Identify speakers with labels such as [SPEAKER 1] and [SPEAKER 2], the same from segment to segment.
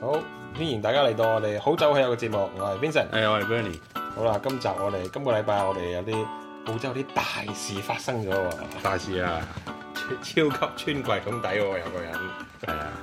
[SPEAKER 1] 好，歡迎大家嚟到我哋好酒好友嘅節目，我係 Vincent。
[SPEAKER 2] 誒，我係 Bernie。
[SPEAKER 1] 好啦，今集我哋今個禮拜我哋有啲澳洲有啲大事發生咗喎，
[SPEAKER 2] 大事啊，
[SPEAKER 1] 超超級穿櫃桶底喎，有個人
[SPEAKER 2] 係啊，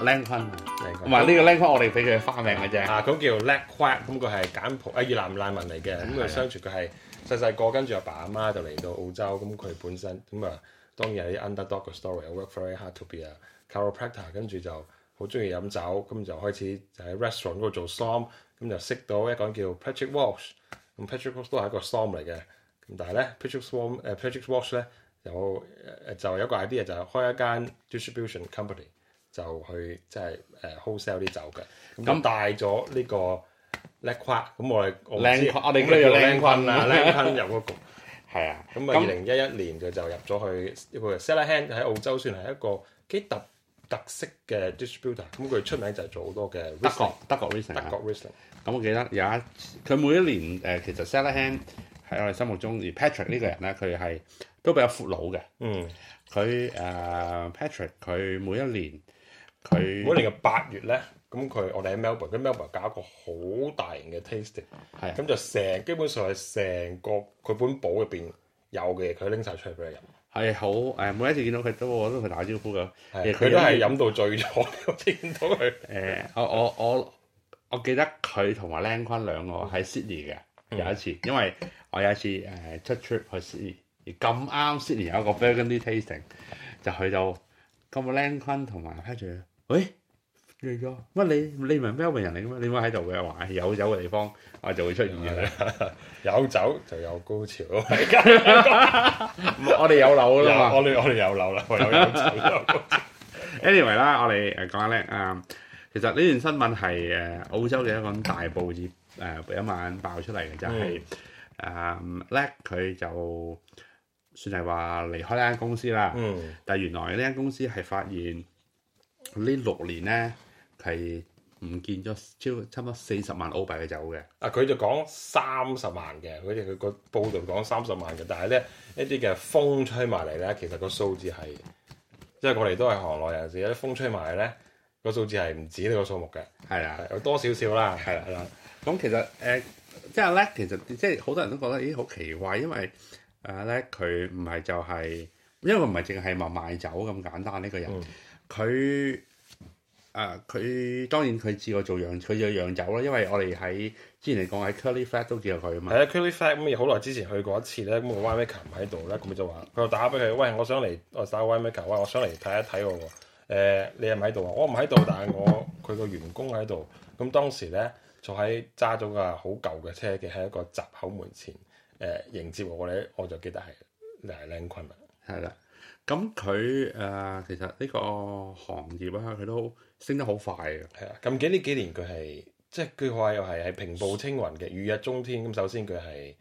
[SPEAKER 2] 靚坤啊，
[SPEAKER 1] 嚟
[SPEAKER 2] 唔係呢個靚坤，我哋俾佢嘅花名嘅啫。
[SPEAKER 1] 啊，咁叫 Black Quack，咁佢係柬埔寨啊越南難民嚟嘅，咁
[SPEAKER 2] 係
[SPEAKER 1] 佢
[SPEAKER 2] 啊
[SPEAKER 1] 相傳佢係細細個跟住阿爸阿媽就嚟到澳洲，咁佢本身咁啊當然係啲 underdog 嘅 story，work very hard to be a chiropractor，跟住就好中意飲酒，咁就開始就喺 restaurant 嗰度做 som，咁就識到一個人叫 Patrick Walsh，咁 Patrick Walsh 都係一個 som 嚟嘅，咁但係咧 Patrick Walsh 誒 Patrick Walsh 咧有誒就有一個 idea 就係開一間 distribution company。就去即係誒 wholesale 啲酒嘅，咁
[SPEAKER 2] 咁
[SPEAKER 1] 帶咗呢個叻跨，咁我哋我唔知
[SPEAKER 2] 靚坤我哋
[SPEAKER 1] 咁就
[SPEAKER 2] 叫靚坤
[SPEAKER 1] 啦，
[SPEAKER 2] 啦
[SPEAKER 1] 靚坤入嗰局。
[SPEAKER 2] 係啊，
[SPEAKER 1] 咁啊，二零一一年佢就入咗去一個 s e l l e r Hand 喺澳洲算係一個幾特特色嘅 distributor。咁佢出名就係做好多嘅
[SPEAKER 2] 德
[SPEAKER 1] Riesling，
[SPEAKER 2] 國啊德國 reason
[SPEAKER 1] 德國 Riesling
[SPEAKER 2] 咁我記得有一佢每一年誒、呃其實 s a l a h a n 喺我哋心目中，而 Patrick 呢個人咧，佢係都比較闊佬嘅。
[SPEAKER 1] 嗯，
[SPEAKER 2] 佢誒、呃 Patrick 佢每一年佢
[SPEAKER 1] 每年嘅八月咧，咁佢我哋喺 Melbourne，咁 Melbourne 搞一個好大型嘅 tasting，
[SPEAKER 2] 係啊
[SPEAKER 1] 咁就成基本上係成個佢本簿入邊有嘅嘢，佢拎晒出嚟俾你飲。
[SPEAKER 2] 係好誒、呃每一次見到佢都我都同佢打招呼嘅。
[SPEAKER 1] 係
[SPEAKER 2] 誒
[SPEAKER 1] 佢都係飲到醉咗，我見到 佢。
[SPEAKER 2] 誒、我我我我記得佢同埋靚坤兩個喺 Sydney 嘅有一次，因為我有一次誒、出 trip 去 Sydney，而咁啱 Sydney 有一個 Burgundy tasting，就去到咁個靚坤同埋 p a t 喂嚟咗乜你你唔係 Melbourne 人嚟嘅咩？你點解喺度嘅話有酒嘅地方我就會出現
[SPEAKER 1] 嗯
[SPEAKER 2] 嘅。
[SPEAKER 1] 有酒就有高潮，
[SPEAKER 2] 我哋有
[SPEAKER 1] 有
[SPEAKER 2] 樓啦嘛。
[SPEAKER 1] 我哋我哋有 樓啦，我有有酒有高潮
[SPEAKER 2] anyway 啦，我哋誒呃講下咧，誒其實呢段新聞係誒呃澳洲嘅一個大報紙誒一晚爆出嚟嘅，就係誒咧佢就算係話離開呢間公司啦，
[SPEAKER 1] 嗯，
[SPEAKER 2] 但係原來呢間公司係發現呢六年咧係唔見咗超差唔多四十萬澳幣嘅酒嘅，
[SPEAKER 1] 啊佢就講三十萬嘅，好似佢個報道講三十萬嘅，但係咧一啲嘅風吹埋嚟咧，其實個數字係，即係我哋都係行內人士，有啲風吹埋嚟咧，個數字係唔止呢個數目嘅，
[SPEAKER 2] 係啦。
[SPEAKER 1] 係有多少少啦，
[SPEAKER 2] 係啦係啦。咁其實誒、呃即係咧，其實即係好多人都覺得，咦，好奇怪，因為誒咧，佢唔係就係、因為唔係淨係話賣酒咁簡單呢、個人
[SPEAKER 1] 嗯，
[SPEAKER 2] 佢誒佢當然佢自我做洋，佢要洋酒啦，因為我哋喺之前嚟講喺 Curly Fat 都見過佢啊嘛，
[SPEAKER 1] 係啊 c u r l y Fat 咁好耐之前去過一次咧，咁個 winemaker 唔喺度咧，咁就話佢就打俾佢，喂，我想嚟，我打 winemaker，喂，我想嚟睇一睇我喎。誒、你係唔喺度啊？我唔喺度，但係我佢個員工喺度。咁當時咧，就喺揸咗架好舊嘅車嘅喺一個閘口門前，誒、迎接我咧，我就記得係係靚坤啦。
[SPEAKER 2] 係啦。咁佢誒其實呢個行業啊，佢都升得好快嘅。
[SPEAKER 1] 係啊，近幾呢幾年佢係即係佢話又係係平步青雲嘅，如日中天。咁首先佢係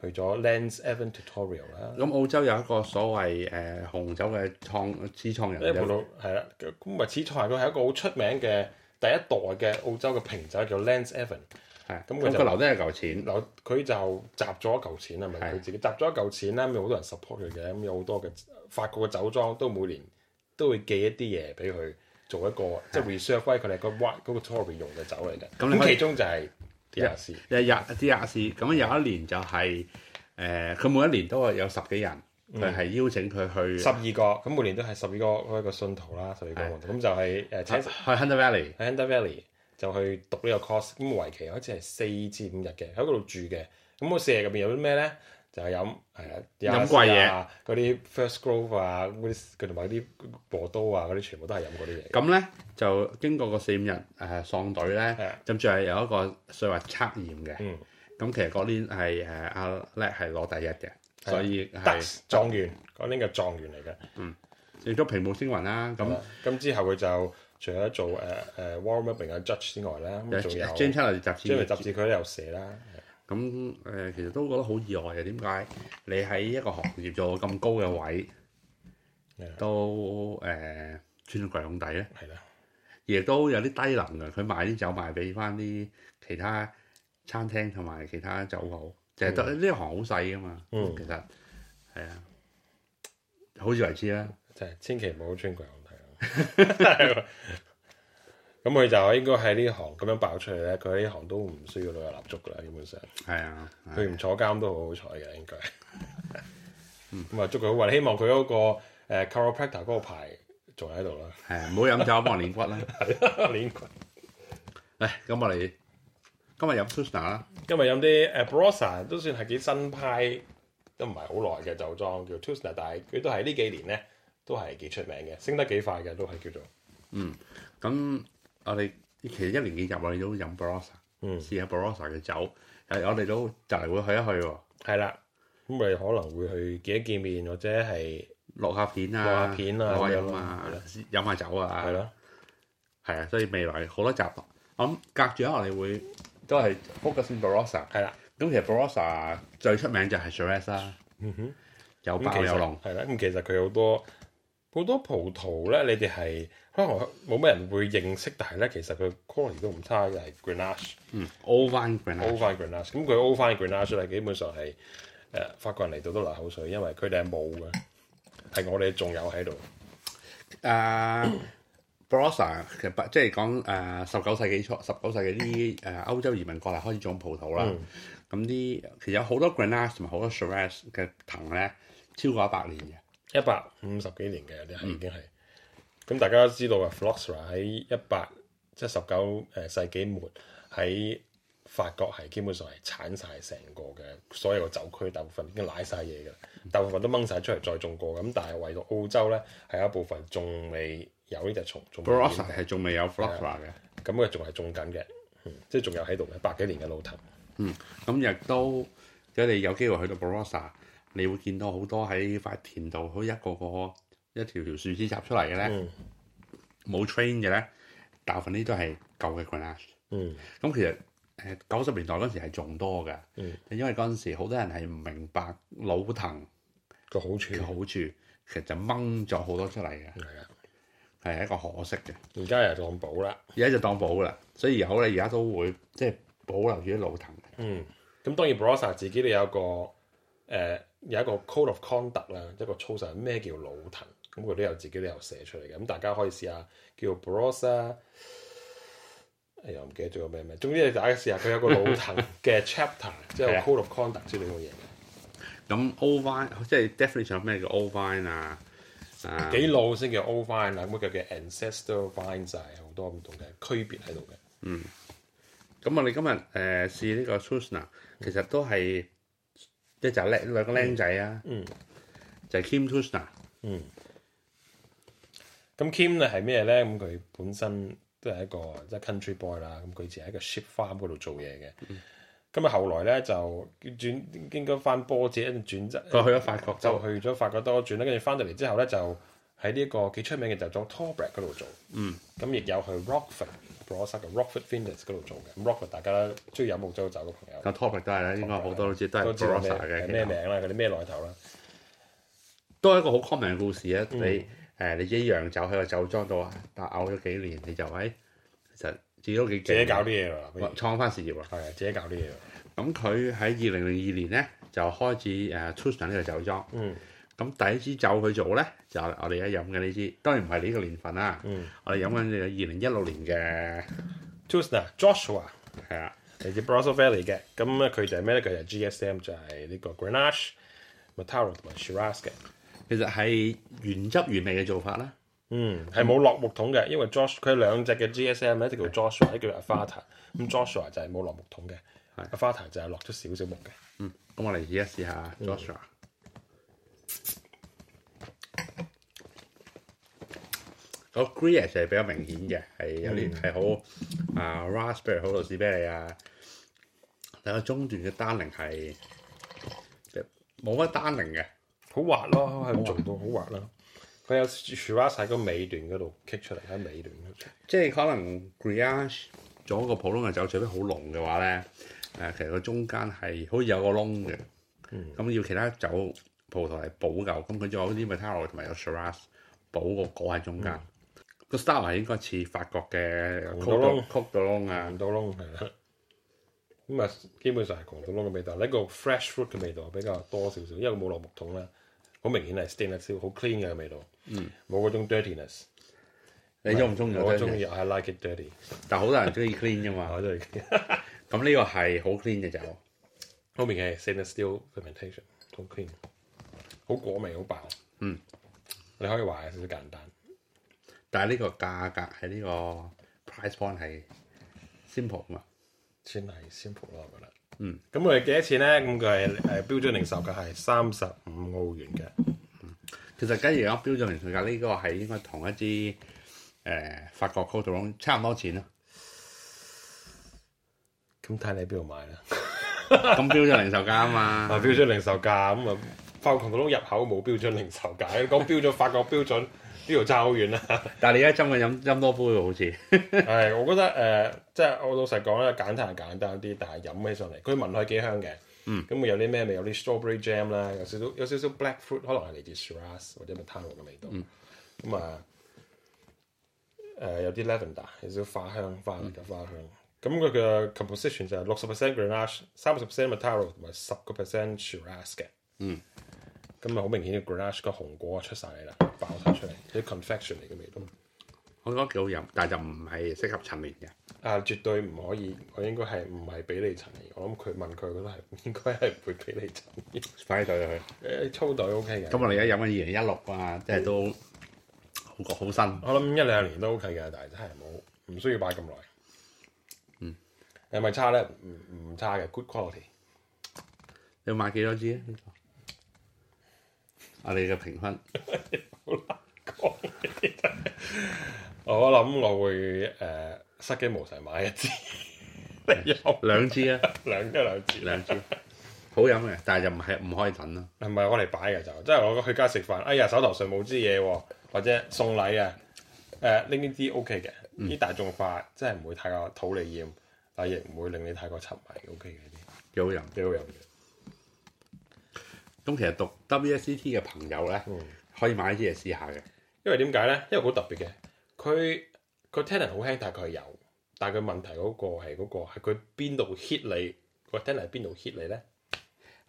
[SPEAKER 1] 去咗 Lens Evan Tutorial 啦。
[SPEAKER 2] 咁澳洲有一個所謂誒、呃、紅酒嘅創始創
[SPEAKER 1] 咧
[SPEAKER 2] 人
[SPEAKER 1] 葡
[SPEAKER 2] 就
[SPEAKER 1] 萄係啦，咁咪始創係佢係一個好出名嘅第一代嘅澳洲嘅瓶仔叫 Lance Evan，
[SPEAKER 2] 係，啊
[SPEAKER 1] 咁
[SPEAKER 2] 咁
[SPEAKER 1] 佢
[SPEAKER 2] 佢
[SPEAKER 1] 就
[SPEAKER 2] 留低一嚿錢。
[SPEAKER 1] 嗱佢就集咗一嚿錢係咪？
[SPEAKER 2] 嗯係
[SPEAKER 1] 佢自己集咗一嚿錢啦，咁有好多人 support 佢嘅，咁有好多嘅法國嘅酒莊都每年都會寄一啲嘢俾佢做一個即係 reserve 歸佢哋個 wine 嗰個 Tory 用嘅酒嚟嘅，
[SPEAKER 2] 咁你
[SPEAKER 1] 咁
[SPEAKER 2] 可以
[SPEAKER 1] 其中就係 d r c
[SPEAKER 2] 日日啲亞視，咁有一年就係、誒，佢、每一年都係有十幾人，佢係、邀請佢去
[SPEAKER 1] 十二個，咁每年都係十二個嗰一個信徒啦，十二個
[SPEAKER 2] 係
[SPEAKER 1] 門徒咁就係誒請
[SPEAKER 2] 去 Hunter Valley，
[SPEAKER 1] 喺 Hunter Valley 就去讀呢個 course，咁為期好似係四至五日嘅，喺嗰度住嘅。咁我四日入邊有啲咩咧？就係飲係啊，
[SPEAKER 2] 飲貴嘢
[SPEAKER 1] 啊嗰啲 First Grove 啊，嗰啲佢同埋啲波刀啊，嗰啲全部都係飲嗰啲嘢。
[SPEAKER 2] 咁咧就經過個四五日誒、喪隊咧，
[SPEAKER 1] 係啊，
[SPEAKER 2] 咁仲係有一個所謂話測驗嘅，咁、
[SPEAKER 1] 嗯
[SPEAKER 2] 其實嗰年係誒阿叻係攞第一嘅，所以
[SPEAKER 1] 德
[SPEAKER 2] 係
[SPEAKER 1] 狀元嗰年嘅狀元嚟嘅。
[SPEAKER 2] 亦都平步青雲啦。咁
[SPEAKER 1] 咁咁之後佢就除咗做誒誒 Warren m a p p i n g 嘅 judge 之外啦，
[SPEAKER 2] 有
[SPEAKER 1] 咁仲有
[SPEAKER 2] Jane Taylor 雜
[SPEAKER 1] 將佢
[SPEAKER 2] 誌
[SPEAKER 1] 雜誌佢都有寫啦。
[SPEAKER 2] 咁誒、其實都覺得好意外嘅。點解你喺一個行業做到咁高嘅位
[SPEAKER 1] 係啊，
[SPEAKER 2] 都誒、呃穿咗櫃桶底咧？
[SPEAKER 1] 係啦，
[SPEAKER 2] 亦都有啲低能嘅，佢賣啲酒賣俾翻啲其他餐廳同埋其他酒樓，就係得呢行好細噶嘛。
[SPEAKER 1] 嗯
[SPEAKER 2] 其實係啊，好自為之啦。
[SPEAKER 1] 就係千祈唔好穿櫃桶底。咁佢就應該喺呢行咁樣爆出嚟咧，佢喺呢行都唔需要老有立足噶啦，基本上
[SPEAKER 2] 係啊，係
[SPEAKER 1] 佢唔坐監都好好彩嘅應該。咁啊，祝佢好運，希望佢嗰、個誒、呃 chiropractor 嗰個牌仲喺度啦，
[SPEAKER 2] 係啊唔好飲酒幫我練骨啦。 啊
[SPEAKER 1] 連佢
[SPEAKER 2] 嚟，咁我哋今日飲 Susna 啦，
[SPEAKER 1] 今日飲啲誒 Brosa 都算係幾新派，都唔係好耐嘅酒莊叫 Tusna，但係佢都係呢幾年咧都係幾出名嘅，升得幾快嘅都係叫做。
[SPEAKER 2] 咁我哋其實一年幾入我哋都飲 Barossa，
[SPEAKER 1] 嗯
[SPEAKER 2] 試下 Barossa 嘅酒，誒我哋都就嚟會去一去喎，
[SPEAKER 1] 係啦，咁我哋可能會去見一見面，或者係
[SPEAKER 2] 落下片啊，
[SPEAKER 1] 落下片啊
[SPEAKER 2] 落下
[SPEAKER 1] 咁樣
[SPEAKER 2] 飲
[SPEAKER 1] 咯係
[SPEAKER 2] 啊
[SPEAKER 1] 啦，
[SPEAKER 2] 飲下酒啊，
[SPEAKER 1] 係，咯，
[SPEAKER 2] 係啊，所以未來好多集，我諗隔住咧我哋會都係 focus on Barossa。
[SPEAKER 1] 係啦，
[SPEAKER 2] 咁其實 Barossa 最出名就係 Shiraz 啦，
[SPEAKER 1] 嗯哼，
[SPEAKER 2] 有
[SPEAKER 1] 咁
[SPEAKER 2] 爆
[SPEAKER 1] 其
[SPEAKER 2] 有
[SPEAKER 1] 實
[SPEAKER 2] 龍，
[SPEAKER 1] 係啦，咁其實佢好多好多葡萄咧，你哋係可能冇咩人會認識，但係咧其實佢 quality 都唔差嘅，係 Grenache。
[SPEAKER 2] 嗯，Old Vine Grenache，
[SPEAKER 1] O 翻 Grenache，咁佢 O 翻 Grenache 咧，基本上係誒、呃、法國人嚟到都流口水，因為佢哋係冇嘅，係我哋仲有喺度。
[SPEAKER 2] 誒呃 Barossa 其實即係講誒十九世紀初、十九世紀啲誒歐洲移民過嚟開始種葡萄啦。咁啲、其實有好多 Grenache 同埋好多 Shiraz 嘅藤咧，超過一百年嘅。
[SPEAKER 1] 一百嗯五十幾年嘅有啲係已經係。咁、大家都知道啊 f l o x e r a 喺一百即係十九誒世紀末喺法國係基本上係產晒成個嘅所有嘅酒區，大部分已經舐晒嘢㗎啦，大部分都掹晒出嚟再種過。咁但係唯獨澳洲咧係有一部分仲未有呢隻蟲，仲未
[SPEAKER 2] Barossa 係仲未有 Flora 嘅，
[SPEAKER 1] 咁佢仲係種緊嘅，嗯即係仲有喺度嘅百幾年嘅老藤。
[SPEAKER 2] 咁亦都如果你有機會去到 Barossa，你會見到好多喺塊田度，好似一個個一條條樹枝插出嚟嘅咧，
[SPEAKER 1] 嗯
[SPEAKER 2] 冇 train 嘅咧，大部分呢都係舊嘅 Grenache。
[SPEAKER 1] 嗯
[SPEAKER 2] 咁其實誒九十年代嗰陣時係仲多嘅，
[SPEAKER 1] 嗯
[SPEAKER 2] 因為嗰陣時好多人係唔明白老藤
[SPEAKER 1] 個好處
[SPEAKER 2] 嘅好
[SPEAKER 1] 係
[SPEAKER 2] 處，其實就掹咗好多出嚟嘅，
[SPEAKER 1] 啊，
[SPEAKER 2] 係一個可惜嘅。
[SPEAKER 1] 而家又當補啦。
[SPEAKER 2] 而家就當保啦，所以有咧，而家都會即係保留住啲老藤。
[SPEAKER 1] 嗯，咁當然 Barossa 自己都有一個誒、呃有一個 code of conduct 啦，一個操守咩叫老藤，咁佢都有自己都有寫出嚟嘅。咁大家可以試下叫 Barossa，哎呀我唔記得咗個咩名，總之你大家試下佢有個老藤嘅 chapter，即係有
[SPEAKER 2] 係啊
[SPEAKER 1] code of conduct 之類嘅嘢嘅。
[SPEAKER 2] 咁 old vine 即係 definition 有咩叫 old vine 啊？啊
[SPEAKER 1] 幾老先叫 old vine 啦，咁佢嘅 ancestral vine 就係好多唔同嘅區別喺度嘅。
[SPEAKER 2] 咁我哋今日誒、呃、試呢個 Susna，其實都係一就僆兩個僆仔啊，
[SPEAKER 1] 嗯
[SPEAKER 2] 就係 Kim Susna，
[SPEAKER 1] 嗯，咁 Kim 咧係咩咧？咁佢本身都係一個即係 country boy 啦。咁佢以前喺一個 ship farm 嗰度做嘢嘅。
[SPEAKER 2] 嗯
[SPEAKER 1] 咁啊、後來咧就轉應該翻波姐，跟住轉質
[SPEAKER 2] 佢去咗法國
[SPEAKER 1] 就
[SPEAKER 2] 州，
[SPEAKER 1] 去咗法國多轉啦。跟住翻到嚟之後咧，就喺呢一個幾出名嘅酒莊 Torbreck 嗰度做。嗯。咁亦有去 Rockford b r o s a 嘅 Rockford Vineyards 嗰度做嘅。咁 Rockford 大家中意飲澳洲酒嘅朋友。
[SPEAKER 2] 個 topic 都係啦，應該好多都知都
[SPEAKER 1] 都
[SPEAKER 2] 係
[SPEAKER 1] 知道咩
[SPEAKER 2] Barossa 嘅，
[SPEAKER 1] 咩名啦，佢哋咩來頭啦，
[SPEAKER 2] 都係一個好 common 嘅故事啊！你
[SPEAKER 1] 嗯
[SPEAKER 2] 誒、你一樣酒喺個酒莊度打嘔咗幾年，你就誒其實自己都幾勁
[SPEAKER 1] 自己搞啲嘢啦，不如
[SPEAKER 2] 創翻事業啊！
[SPEAKER 1] 係啊自己搞啲嘢啦。
[SPEAKER 2] 咁佢喺二零零二年咧就開始誒 t u s o n 呢個酒莊。
[SPEAKER 1] 嗯
[SPEAKER 2] 咁第一支酒佢做咧就係我哋而家飲嘅呢支，當然唔係呢個年份啦。
[SPEAKER 1] 嗯
[SPEAKER 2] 我哋飲緊呢個二零一六年
[SPEAKER 1] ，Tusna Joshua
[SPEAKER 2] 嘅係啊啦，
[SPEAKER 1] 嚟自 b r o s s e Valley 嘅，咁咧佢就係咩咧？佢就係 GSM 就係呢個 Grenache、Mataro 同埋 Shiraz 嘅。
[SPEAKER 2] 其實係原汁原味嘅做法啦。
[SPEAKER 1] 嗯，係冇落木桶嘅，因為 Josh 佢有兩隻嘅 GSM 一隻叫 Joshua，一隻叫 Afata。咁 Joshua 就係冇落木桶嘅，Afata 就係落咗少少木嘅。
[SPEAKER 2] 嗯，咁我哋而家試下 Joshua。個 g r e e 就係比較明顯嘅，係有啲係好啊 raspberry 好到士啤梨啊，但係個中段嘅單寧係冇乜單寧嘅，
[SPEAKER 1] 好滑咯，係做到好滑啦。佢有 Shiraz 喺個尾段嗰度棘出嚟，喺尾段嗰度。
[SPEAKER 2] 即係可能 g r e a g e 做一個普通嘅酒，除非好濃嘅話咧，誒、其實個中間係好似有個窿嘅，咁、要其他酒葡萄嚟補救，咁佢仲有啲 m e t a l 同埋有 Shiraz 補個果喺中間。個 style 係應該似法國嘅曲
[SPEAKER 1] 到窿
[SPEAKER 2] 到曲到嗯窿啊，
[SPEAKER 1] 紅到窿係啦。咁啊，基本上係紅到窿嘅味道，呢個 fresh fruit 嘅味道比較多少少，因為冇落木桶啦，好明顯係 stainless steel，好 clean 嘅味道，冇嗰種 dirtiness。
[SPEAKER 2] 誒、嗯你中唔中意啊
[SPEAKER 1] 我中
[SPEAKER 2] dirty？
[SPEAKER 1] 意，I 啊 like it dirty，
[SPEAKER 2] 但好多人中意 clean 啫嘛。
[SPEAKER 1] 我中意。
[SPEAKER 2] 咁呢個係好 clean 嘅酒，
[SPEAKER 1] 好明嘅 s t a i n l e s s steel fermentation，好 clean，好果味，好爆。
[SPEAKER 2] 嗯，
[SPEAKER 1] 你可以話有少少簡單。
[SPEAKER 2] 但係呢個價格喺呢個 price point 係 simple 啊嘛。
[SPEAKER 1] 算係 simple 咯，我覺得。
[SPEAKER 2] 嗯，
[SPEAKER 1] 咁佢係幾多錢咧？咁佢係誒標準零售價係三十五澳元嘅。
[SPEAKER 2] 其實假如而家標準零售價呢個係應該同一支誒、呃法國 c o d o n 差唔多錢咯。
[SPEAKER 1] 咁睇你邊度買啦？
[SPEAKER 2] 咁標準零售價啊嘛。
[SPEAKER 1] 啊，標準零售價咁啊，法國窮到窿入口冇標準零售價，你講標準法國標準呢度差好遠啦。
[SPEAKER 2] 但係你而家斟嘅飲斟多杯喎，好似
[SPEAKER 1] 係，我覺得誒、呃即係我老實講咧，簡單係簡單啲，但係飲起上嚟，佢聞落去幾香嘅。
[SPEAKER 2] 嗯
[SPEAKER 1] 咁會有啲咩味？有啲 strawberry jam 啦，有少少有少少 black fruit，可能係嚟自 Shiraz 或者 Matano 嘅味道。
[SPEAKER 2] 嗯
[SPEAKER 1] 咁啊誒有啲 lavender，有少少花香，花
[SPEAKER 2] 嗯
[SPEAKER 1] 嚟嘅花香。咁佢嘅 composition 就係六十 percent Grenache、三十 percent Mataro 同埋十個 percent Shiraz 嘅。
[SPEAKER 2] 嗯。
[SPEAKER 1] 咁啊，好明顯嘅 Grenache 個紅果啊出晒嚟啦，爆晒出嚟，啲 confection 嚟嘅味道。
[SPEAKER 2] 我覺得幾好飲，但係就唔係適合陳年嘅。
[SPEAKER 1] 啊，絕對唔可以，我應該係唔係俾你陳嘅？我諗佢問佢，佢都係 應該係唔會俾你陳嘅。
[SPEAKER 2] 快啲對佢。
[SPEAKER 1] 誒、粗袋 OK 嘅，
[SPEAKER 2] 咁我哋而家飲緊二零一六啊，即係都好過好新。
[SPEAKER 1] 我諗一兩年都 OK 嘅，但係真係冇唔需要擺咁耐。嗯，係咪差咧？唔唔差嘅，good quality。
[SPEAKER 2] 你買幾多支啊？呢個我哋嘅評分
[SPEAKER 1] 我諗我會誒、呃、失驚無神買一支， 你有
[SPEAKER 2] 兩支啊，
[SPEAKER 1] 兩一兩支
[SPEAKER 2] 兩支好飲嘅，但係就唔係唔可以等咯。
[SPEAKER 1] 係咪我嚟擺嘅就？即係我去街食飯，哎呀手頭上冇支嘢喎，或者送禮啊，誒拎呢啲 OK 嘅，呢大眾化即係唔會太過討你厭，但亦唔會令你太過沉迷，OK 嘅呢
[SPEAKER 2] 幾好飲。
[SPEAKER 1] 啲幾好飲嘅。
[SPEAKER 2] 咁其實讀 WSET 嘅朋友咧，
[SPEAKER 1] 嗯，
[SPEAKER 2] 可以買呢支嚟試下嘅。
[SPEAKER 1] 因為點解咧？因為好特別嘅，佢個 tannin 好輕，但係佢係有，但係佢問題嗰個係嗰、個係佢邊度 hit 你，個 tannin 係邊度 hit 你咧？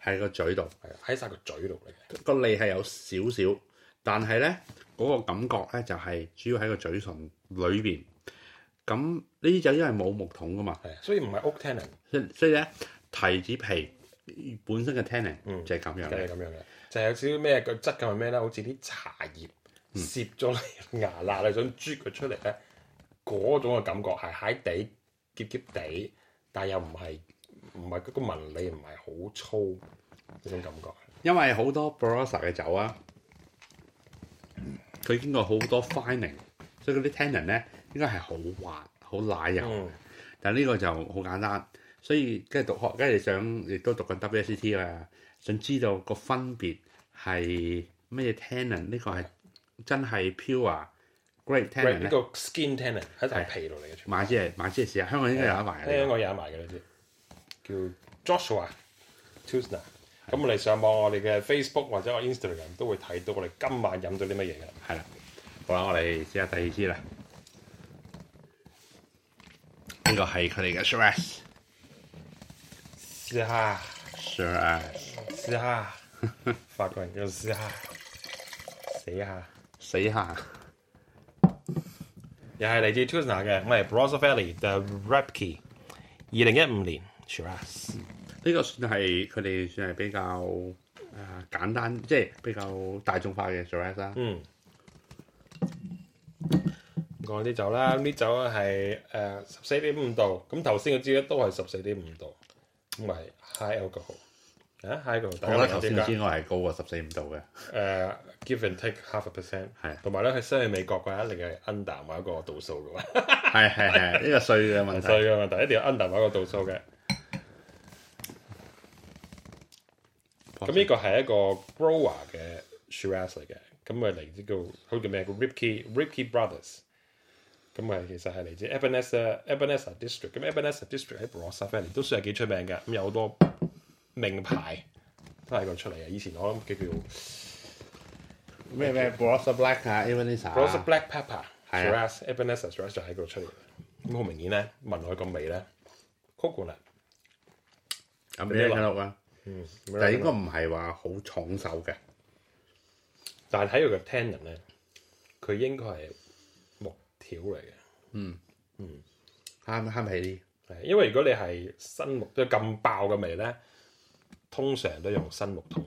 [SPEAKER 2] 喺個嘴度，
[SPEAKER 1] 係啊喺晒個嘴度嚟嘅，
[SPEAKER 2] 個脷係有少少，但係咧嗰個感覺咧就係主要喺個嘴唇裏邊。咁呢啲酒因為冇木桶噶嘛，
[SPEAKER 1] 係啊所以唔係 oak tannin
[SPEAKER 2] 所以所以咧提子皮本身嘅 tannin
[SPEAKER 1] 嗯
[SPEAKER 2] 就係咁樣
[SPEAKER 1] 就係
[SPEAKER 2] 嘅。
[SPEAKER 1] 咁樣嘅，就係有少少咩個質感係咩咧？好似啲茶葉
[SPEAKER 2] 嗯
[SPEAKER 1] 攝咗你牙罅，你想啜佢出嚟咧，嗰種嘅感覺係蟹地澀澀地，但又唔係唔係嗰個紋理唔係好粗嗰種感覺。
[SPEAKER 2] 因為好多 Barossa 嘅酒啊，佢經過好多 fining，所以嗰啲 tannin 咧應該係好滑、好奶油。
[SPEAKER 1] 嗯，
[SPEAKER 2] 但呢個就好簡單，所以跟住讀學，跟住想亦都讀緊 WSET 啦，想知道個分別係乜嘢 tannin？呢個係真係 pure grape tannin
[SPEAKER 1] 呢個
[SPEAKER 2] 咧，
[SPEAKER 1] skin tannin 喺大皮度嚟嘅，全部
[SPEAKER 2] 買支嚟買支嚟試下，香港應該
[SPEAKER 1] 啊
[SPEAKER 2] 有得賣嘅
[SPEAKER 1] 呢
[SPEAKER 2] 呢
[SPEAKER 1] 個有埋嘅呢啲，叫 Joshua Tusner。咁我哋上網我哋嘅 Facebook 或者我 Instagram 都會睇到我哋今晚飲到啲乜嘢嘅。
[SPEAKER 2] 個。係啦，好啦，我哋試下第二支啦。呢個係佢哋嘅 Shiraz
[SPEAKER 1] 試下。
[SPEAKER 2] Shiraz
[SPEAKER 1] 試下，法國人叫試下，死下，
[SPEAKER 2] 死下
[SPEAKER 1] 又係嚟自 Tusna 嘅，我係 Barossa Valley 嘅 Rapke，二零一五年 Shiraz，
[SPEAKER 2] 呢個算係佢哋算係比較誒、呃、簡單，即係比較大眾化嘅 Shiraz 啦。
[SPEAKER 1] 嗯，講啲酒啦，呢酒係誒十四點五度，咁頭先嗰支咧都係十四點五度，咁係 high alcohol，啊 high alcohol，
[SPEAKER 2] 我
[SPEAKER 1] 大家
[SPEAKER 2] 覺得
[SPEAKER 1] 明我
[SPEAKER 2] 頭先
[SPEAKER 1] 點
[SPEAKER 2] 嗰
[SPEAKER 1] 解？
[SPEAKER 2] 支我係高過十四五度嘅，
[SPEAKER 1] 誒 à, give and take half a percent，
[SPEAKER 2] 係啊
[SPEAKER 1] 同埋咧佢身去美國嘅話一定係 under 某一個度數嘅喎。
[SPEAKER 2] 係係係呢個稅嘅問題。
[SPEAKER 1] 細嘅問題，一定要 under 某一個度數嘅。咁呢個係一個 grower 嘅 Shiraz 嚟嘅，咁佢嚟自叫好叫咩？叫 Ripkey Ripkey Brothers。咁係其實係嚟自 Ebenezer Ebenezer District。咁 Ebenezer District 喺 Barossa Valley 都算係幾出名嘅，咁有好多名牌都係咁出嚟嘅。以前我諗叫叫
[SPEAKER 2] 咩咩 Barossa Black 啊 e v a n i s a
[SPEAKER 1] Barossa Black Pepper
[SPEAKER 2] 係啊
[SPEAKER 1] Shiraz Ebenezer Shiraz 就喺嗰度出嚟嘅。咁好明顯咧，聞落去個味咧，coconut。
[SPEAKER 2] 咁咩嘅綠啊？
[SPEAKER 1] 嗯，
[SPEAKER 2] 但係應該唔係話好重手嘅，
[SPEAKER 1] 但係睇佢嘅 tannin 咧，佢應該係木條橋嚟嘅。
[SPEAKER 2] 慳慳氣
[SPEAKER 1] 係因為如果你係新木即係咁爆嘅味咧，通常都用新木桶，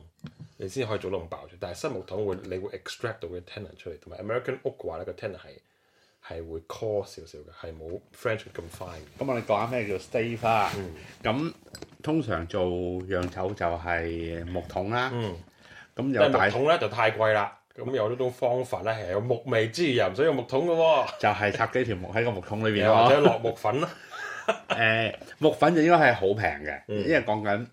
[SPEAKER 1] 你先可以做到咁爆出。但係新木桶會你會 extract 到嘅 tannin 出嚟，同埋 American oak 嘅話咧，個 tannin 係係會 core 少少嘅，係冇 French 咁 fine 嘅。
[SPEAKER 2] 啲。咁我哋講下咩叫 stave 啊啦。
[SPEAKER 1] 嗯
[SPEAKER 2] 咁通常做洋酒就係木桶啦。
[SPEAKER 1] 嗯，
[SPEAKER 2] 咁有
[SPEAKER 1] 但係
[SPEAKER 2] 大
[SPEAKER 1] 木桶咧就太貴啦。咁有呢種方法咧係有木味之餘又唔使用木桶嘅喎，
[SPEAKER 2] 就係插幾條木喺個木桶裏邊啊
[SPEAKER 1] 又或者
[SPEAKER 2] 咯。
[SPEAKER 1] 落木 粉啦。
[SPEAKER 2] 誒木粉就應該係好平嘅，
[SPEAKER 1] 嗯
[SPEAKER 2] 因為講緊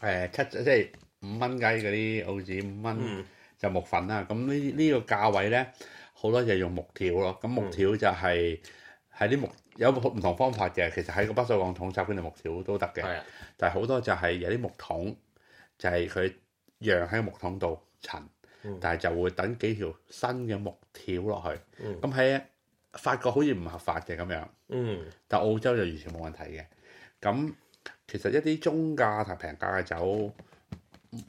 [SPEAKER 2] 誒七即係五蚊雞嗰啲澳紙五蚊。
[SPEAKER 1] 嗯
[SPEAKER 2] 就木粉啦。咁呢呢個價位咧，好多嘢用木條咯。
[SPEAKER 1] 嗯
[SPEAKER 2] 咁木條就係喺啲木有唔同方法嘅，其實喺個不鏽鋼桶插邊條木條都得嘅。
[SPEAKER 1] 係啊，
[SPEAKER 2] 但係好多就係有啲木桶，就係佢釀喺木桶度陳
[SPEAKER 1] 嗯，
[SPEAKER 2] 但係就會等幾條新嘅木條落去。
[SPEAKER 1] 嗯
[SPEAKER 2] 咁喺法國好似唔合法嘅咁樣。
[SPEAKER 1] 嗯
[SPEAKER 2] 但澳洲就完全冇問題嘅。咁其實一啲中價同平價嘅酒嗯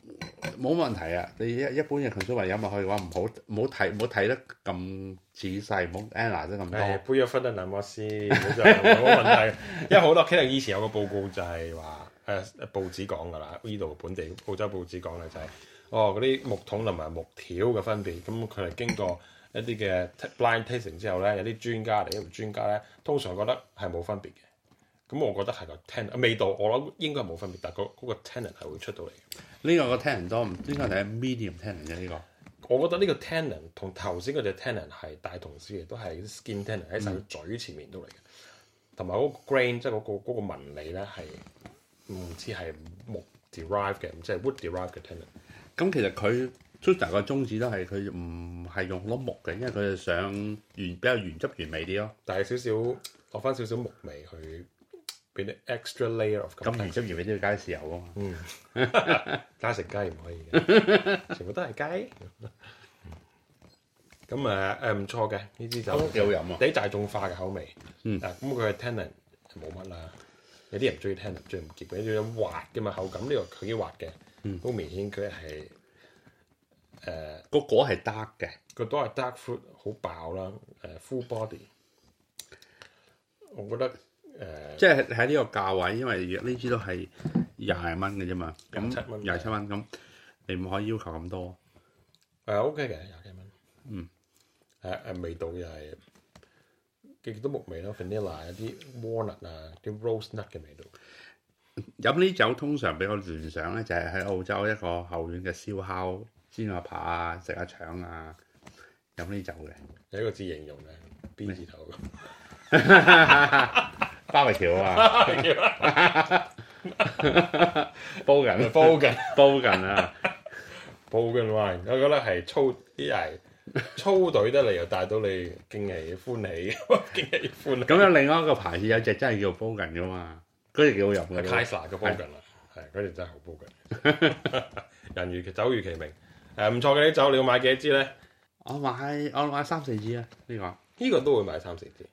[SPEAKER 2] 冇問題啊！你一一般嘅 consumer 飲落去嘅話，唔好唔好睇唔好睇得咁仔細，唔好 analyse 得咁多。
[SPEAKER 1] 係杯一分得那麼先，冇就冇乜問題。因為好多 c a 以前有個報告就係話誒報紙講㗎啦，呢度本地澳洲報紙講咧就係、哦嗰啲木桶同埋木條嘅分別，咁佢哋經過一啲嘅 t- blind tasting 之後咧，有啲專家嚟，有啲專家咧通常覺得係冇分別嘅。咁我覺得係個 ten 味道，我諗應該係冇分別，但係嗰嗰個 tannin 係會出到嚟嘅。
[SPEAKER 2] 呢個個聽人多，唔應該係 medium 聽人啫。呢個
[SPEAKER 1] 我覺得呢個 tannin 同頭先嗰隻 tannin 係大同小異，都係啲 skin tannin 喺晒個嘴前面都嚟嘅，同埋嗰個 grain 即係嗰個嗰個紋理咧係唔似係木 derive 嘅，唔似係 wood derive 嘅 tannin。
[SPEAKER 2] 咁其實佢 t u t a 個宗旨都係佢唔係用碌木嘅，因為佢係想原比較原汁原味啲咯。
[SPEAKER 1] 但係少少落翻少少木味去俾啲 extra layer of
[SPEAKER 2] 咁
[SPEAKER 1] complexity
[SPEAKER 2] 原汁原味都要加豉油啊嘛。
[SPEAKER 1] 加食雞唔可以嘅，全部都係雞。嗯咁誒誒唔錯嘅呢支
[SPEAKER 2] 我
[SPEAKER 1] 酒，
[SPEAKER 2] 覺得幾好飲啊
[SPEAKER 1] 你就係種花嘅口味。
[SPEAKER 2] 嗯
[SPEAKER 1] 啊，咁佢嘅 tannin 冇乜啦，有啲人中意 tannin，中意唔結嘅，有啲滑嘅嘛口感，呢個佢幾滑嘅，好、明顯佢係誒
[SPEAKER 2] 個果係 dark 嘅，
[SPEAKER 1] 個都係 dark fruit 好爆啦，誒、full body。我覺得誒、
[SPEAKER 2] 即係喺呢個價位，因為呢支都係廿零蚊嘅啫嘛，咁
[SPEAKER 1] 27蚊
[SPEAKER 2] 廿七蚊咁，你唔可以要求咁多。
[SPEAKER 1] 誒 OK 嘅廿幾蚊，嗯，誒誒味道又係幾多木味咯，vanilla 有啲 walnut 啊，啲 rose nut 嘅味道，
[SPEAKER 2] 飲呢酒通常俾我聯想咧，就係喺澳洲一個後院嘅燒烤煎下扒啊，食下腸啊，飲呢酒嘅
[SPEAKER 1] 有一個字形容嘅 B 字頭
[SPEAKER 2] 巴維橋啊， 煲緊
[SPEAKER 1] 煲嘅
[SPEAKER 2] 煲緊啊，
[SPEAKER 1] 煲嘅 wine，我覺得係粗啲係 粗隊得嚟，又帶到你驚喜歡喜 驚喜歡 喜。
[SPEAKER 2] 咁有另外一個牌子有隻真係叫煲緊噶嘛，嗰隻幾好飲嘅喎。
[SPEAKER 1] Kaisla 嘅煲緊啦，係佢哋真係好煲緊， 人如其酒如其名，誒唔錯嘅啲酒，你要買幾多支咧？
[SPEAKER 2] 我買我買三四支啊，呢個
[SPEAKER 1] 呢個都會買三四支。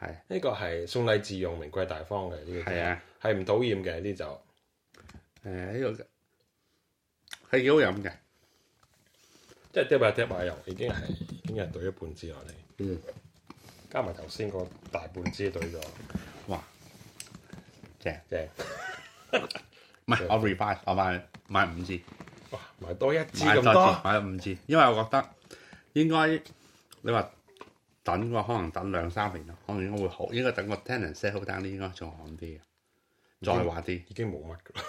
[SPEAKER 2] 係
[SPEAKER 1] 呢個係送禮自用，名貴大方嘅呢個
[SPEAKER 2] 係啊。
[SPEAKER 1] 係，係唔討厭嘅呢啲就
[SPEAKER 2] 誒呢個係幾好飲嘅，
[SPEAKER 1] 即係 tap 下 tap 下又已經係已經係兑一半支落嚟，
[SPEAKER 2] 嗯，
[SPEAKER 1] 加埋頭先個大半支兑咗，
[SPEAKER 2] 哇，正！
[SPEAKER 1] 即係
[SPEAKER 2] 唔係我 revise，我買買五支，
[SPEAKER 1] 哇買多一支
[SPEAKER 2] 買
[SPEAKER 1] 咁
[SPEAKER 2] 多支，
[SPEAKER 1] 多，
[SPEAKER 2] 買咗五支，因為我覺得應該你話等嘅話，可能等兩三年咯，可能應該會好，應該等個 tenant settle down 啲，應該仲好啲嘅，再滑啲。
[SPEAKER 1] 已經冇乜㗎啦。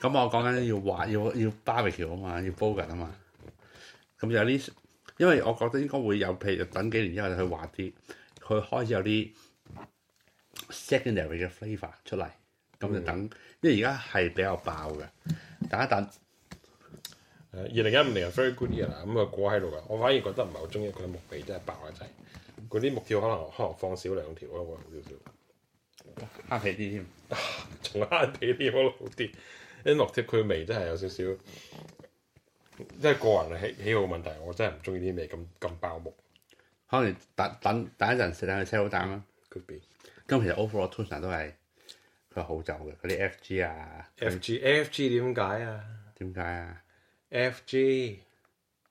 [SPEAKER 2] 咁我講緊要滑，要要 barbecue 啊嘛，要煲緊啊嘛。咁有啲，因為我覺得應該會有，譬如等幾年之後佢滑啲，佢開始有啲 secondary 嘅 flavour 出嚟，咁
[SPEAKER 1] 嗯
[SPEAKER 2] 就等，因為而家係比較爆嘅。等一等，
[SPEAKER 1] 呃誒二零一五年係 very good year 啦，咁啊個果喺度㗎，我反而覺得唔係好中意佢嘅木皮真係爆得滯，嗰啲木條可能可能放少兩條咯，會好少少。
[SPEAKER 2] 黑皮啲添，
[SPEAKER 1] 仲慳地啲可能好啲。啲落貼佢味真係有少少，即係個人喜喜好問題，我真係唔中意啲味咁咁爆木。
[SPEAKER 2] 可能等等等一陣食下佢 sell 蛋啦。
[SPEAKER 1] Could be
[SPEAKER 2] 咁其實 overall 通常都係佢好酒嘅，嗰啲 FG 啊，
[SPEAKER 1] F G F G 點解啊
[SPEAKER 2] 點解啊
[SPEAKER 1] ？F G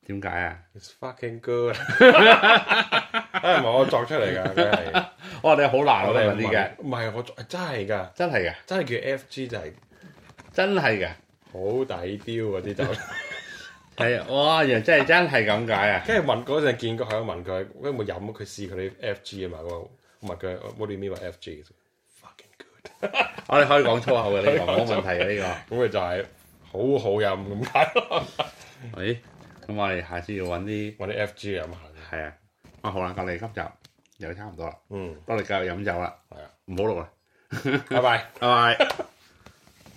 [SPEAKER 2] 點解啊？
[SPEAKER 1] It's fucking good，啊唔係我作出嚟㗎，佢係
[SPEAKER 2] 我話你好 難
[SPEAKER 1] 我
[SPEAKER 2] 啊
[SPEAKER 1] 哋
[SPEAKER 2] 呢啲嘅，
[SPEAKER 1] 唔係我作真係㗎，
[SPEAKER 2] 真係嘅，
[SPEAKER 1] 真係叫 FG 就係
[SPEAKER 2] 真係嘅。
[SPEAKER 1] 好抵雕嗰啲就，
[SPEAKER 2] 係啊，哇！原來真係真係咁解啊！
[SPEAKER 1] 跟住問嗰陣見過佢，我問佢有冇飲，佢試佢啲 FG 啊嘛，我問佢 What do you mean by FG？Fucking good，
[SPEAKER 2] 我哋可以講粗口嘅呢個冇問題嘅呢
[SPEAKER 1] 咁佢就係好好飲咁解咯，
[SPEAKER 2] 個。咦？咁我哋下次要揾啲
[SPEAKER 1] 揾啲 FG 飲下，
[SPEAKER 2] 係啊。啊好啦，我哋今集又差唔多啦，
[SPEAKER 1] 嗯，
[SPEAKER 2] 我哋繼續飲酒啦，
[SPEAKER 1] 係啊，
[SPEAKER 2] 唔好錄啦，
[SPEAKER 1] 拜拜。
[SPEAKER 2] 拜拜。